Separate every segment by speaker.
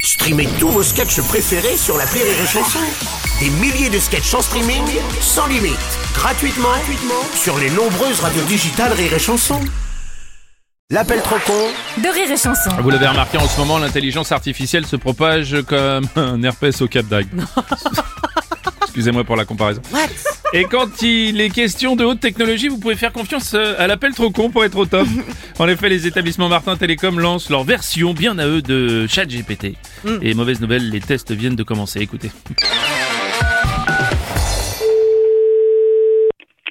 Speaker 1: Streamez tous vos sketchs préférés sur la Rire et Chanson. Des milliers de sketchs en streaming, sans limite, gratuitement, gratuitement sur les nombreuses radios digitales Rire et Chanson. L'appel trop con
Speaker 2: de rire et chanson.
Speaker 3: Vous l'avez remarqué en ce moment, l'intelligence artificielle se propage comme un herpès au Cap d'Agde. Excusez-moi pour la comparaison. Et quand il est question de haute technologie, vous pouvez faire confiance euh, à l'appel trop con pour être au top. En effet, les établissements Martin Télécom lancent leur version bien à eux de ChatGPT. Et mauvaise nouvelle, les tests viennent de commencer. Écoutez.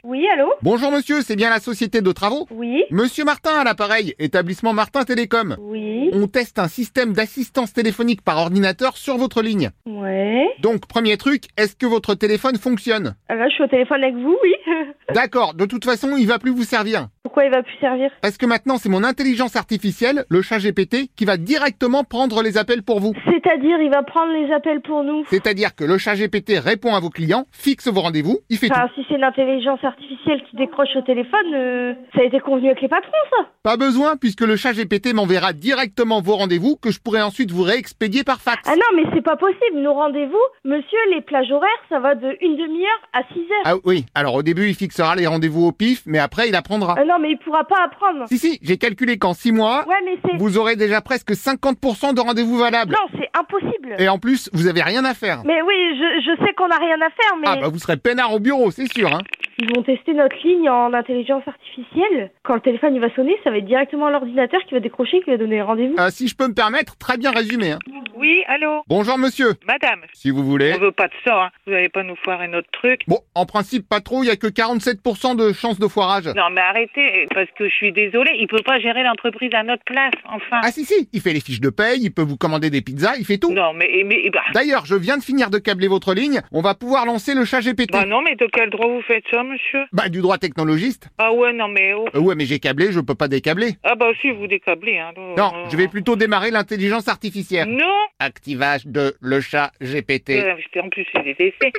Speaker 4: Oui, allô
Speaker 5: Bonjour monsieur, c'est bien la société de travaux
Speaker 4: Oui,
Speaker 5: Monsieur Martin à l'appareil, établissement Martin Télécom.
Speaker 4: oui,
Speaker 5: On teste un système d'assistance téléphonique par ordinateur sur votre ligne.
Speaker 4: ouais. Ah,
Speaker 5: Donc premier truc, est-ce que votre téléphone fonctionne
Speaker 4: Là, je suis au téléphone avec vous, oui.
Speaker 5: D'accord, de toute façon, il va plus vous servir.
Speaker 4: Pourquoi il va plus servir
Speaker 5: Parce que maintenant, c'est mon intelligence artificielle, le chat GPT, qui va directement prendre les appels pour vous.
Speaker 4: C'est-à-dire, il va prendre les appels pour nous.
Speaker 5: C'est-à-dire que le chat GPT répond à vos clients, fixe vos rendez-vous, il fait tout.
Speaker 4: Enfin, si c'est une intelligence artificielle qui décroche au téléphone, euh, ça a été convenu avec les patrons, ça
Speaker 5: Pas besoin, puisque le chat GPT m'enverra directement vos rendez-vous que je pourrai ensuite vous réexpédier par fax.
Speaker 4: Ah non, mais c'est pas possible. Nos rendez-vous, monsieur, les plages horaires, ça va de une demi-heure à six heures.
Speaker 5: Ah oui, alors au début, il fixera les rendez-vous au pif, mais après, il apprendra.
Speaker 4: Ah non, mais il pourra pas apprendre.
Speaker 5: Si, si, j'ai calculé qu'en 6 mois,
Speaker 4: Ouais, mais c'est...
Speaker 5: vous aurez déjà presque 50% de rendez-vous valables.
Speaker 4: Non, c'est impossible.
Speaker 5: Et en plus, vous avez rien à faire.
Speaker 4: Mais oui, je, je sais qu'on a rien à faire, mais
Speaker 5: Ah bah vous serez peinard au bureau, c'est sûr. Hein.
Speaker 4: ils vont tester notre ligne en intelligence artificielle. Quand le téléphone il va sonner, ça va être directement l'ordinateur qui va décrocher, qui va donner rendez-vous.
Speaker 5: Euh, si je peux me permettre, très bien résumé. Hein.
Speaker 6: Oui, allô
Speaker 5: Bonjour monsieur,
Speaker 6: Madame,
Speaker 5: si vous
Speaker 6: on
Speaker 5: voulez.
Speaker 6: veut pas de ça, hein. vous n'allez pas nous foirer notre truc.
Speaker 5: Bon, en principe pas trop, il y a que 47% de chances de foirage.
Speaker 6: Non, mais arrêtez, parce que je suis désolée, il peut pas gérer l'entreprise à notre place, enfin.
Speaker 5: Ah si si, il fait les fiches de paye, il peut vous commander des pizzas, il fait tout.
Speaker 6: Non, mais, mais bah,
Speaker 5: D'ailleurs, je viens de finir de câbler votre ligne, on va pouvoir lancer le chat GPT.
Speaker 6: bah non, mais de quel droit vous faites ça, monsieur
Speaker 5: Bah du droit technologiste.
Speaker 6: Ah ouais, non, mais oh.
Speaker 5: Euh, ouais mais j'ai câblé, je peux pas décabler.
Speaker 6: Ah bah si, vous décablez, hein. Non,
Speaker 5: Non, je vais plutôt démarrer l'intelligence artificielle.
Speaker 6: Non
Speaker 5: Activage de le chat GPT.
Speaker 6: Mm. Euh, c'était- En plus, c'est des essais.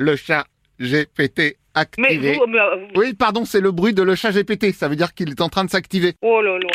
Speaker 5: le chat GPT
Speaker 6: Mais
Speaker 5: activé.
Speaker 6: vous, bah, vous-
Speaker 5: Oui, pardon, c'est le bruit de le chat GPT. Ça veut dire qu'il est en train de s'activer.
Speaker 6: Oh là là.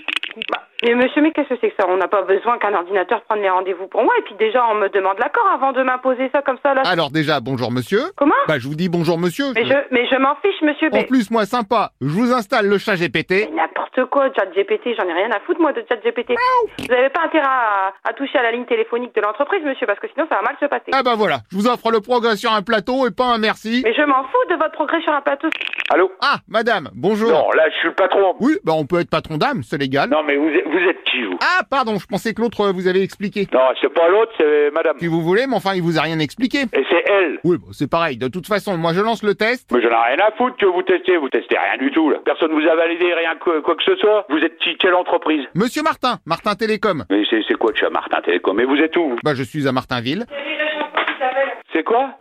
Speaker 7: Bah, Mais monsieur, mais qu'est-ce que c'est que ça On n'a pas besoin qu'un ordinateur prenne les rendez-vous pour moi. Et puis déjà, on me demande l'accord avant de m'imposer ça comme ça, là.
Speaker 5: Alors déjà, bonjour monsieur.
Speaker 7: Comment
Speaker 5: Bah, je vous dis bonjour monsieur.
Speaker 7: Ah.
Speaker 5: Euh,
Speaker 7: Mais je, mais je m'en fiche, monsieur.
Speaker 5: En
Speaker 7: Mais...
Speaker 5: plus, moi, sympa, je vous installe le chat GPT.
Speaker 7: mais N'importe quoi, ChatGPT, j'en ai rien à foutre, moi, de ChatGPT.
Speaker 5: Ah
Speaker 7: Vous n'avez pas intérêt à, à toucher à la ligne téléphonique de l'entreprise, monsieur, parce que sinon, ça va mal se passer.
Speaker 5: Ah bah voilà, je vous offre le progrès sur un plateau et pas un merci.
Speaker 7: Mais je m'en fous de votre progrès sur un plateau.
Speaker 8: Allô
Speaker 5: Ah, madame, bonjour.
Speaker 8: Non, là, je suis le patron.
Speaker 5: Oui, bah on peut être patron d'âme, c'est légal.
Speaker 8: Non, mais vous, êtes- vous êtes qui, vous
Speaker 5: Ah, pardon, je pensais que l'autre euh, vous avait expliqué.
Speaker 8: Non, c'est pas l'autre, c'est madame.
Speaker 5: Si vous voulez, mais enfin, il vous a rien expliqué.
Speaker 8: Et c'est elle.
Speaker 5: Oui, bon, c'est pareil. De toute façon, moi, je lance le test.
Speaker 8: Mais j'en ai rien à foutre que vous testez. Vous testez rien du tout, là. Personne vous a validé, rien que quoi que ce soit. Vous êtes qui Quelle entreprise
Speaker 5: Monsieur Martin, Martin Télécom.
Speaker 8: Mais c'est c'est quoi de chez Martin Télécom Mais vous êtes où vous
Speaker 5: Bah, je suis à Martinville.
Speaker 8: C'est quoi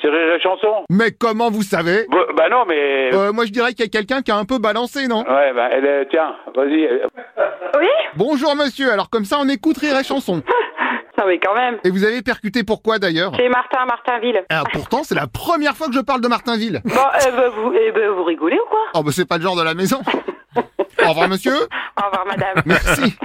Speaker 8: C'est la chanson
Speaker 5: Mais comment vous savez
Speaker 8: Bah- Bah non, mais...
Speaker 5: Euh, moi, je dirais qu'il y a quelqu'un qui a un peu balancé, non
Speaker 8: Ouais, bah, elle, est- tiens, vas-y. euh,
Speaker 7: Oui
Speaker 5: Bonjour, monsieur. Alors, comme ça, on écoute Rire et Chanson.
Speaker 7: Non, mais quand même.
Speaker 5: Et vous avez percuté pourquoi, d'ailleurs
Speaker 7: C'est Martin, Martinville.
Speaker 5: Ah, pourtant, c'est la première fois que je parle de Martinville.
Speaker 7: Bon, euh, bah, vous, eh, bah, vous rigolez ou quoi
Speaker 5: Oh, bah, c'est pas le genre de la maison. Au revoir, monsieur.
Speaker 7: Au revoir, madame.
Speaker 5: Merci.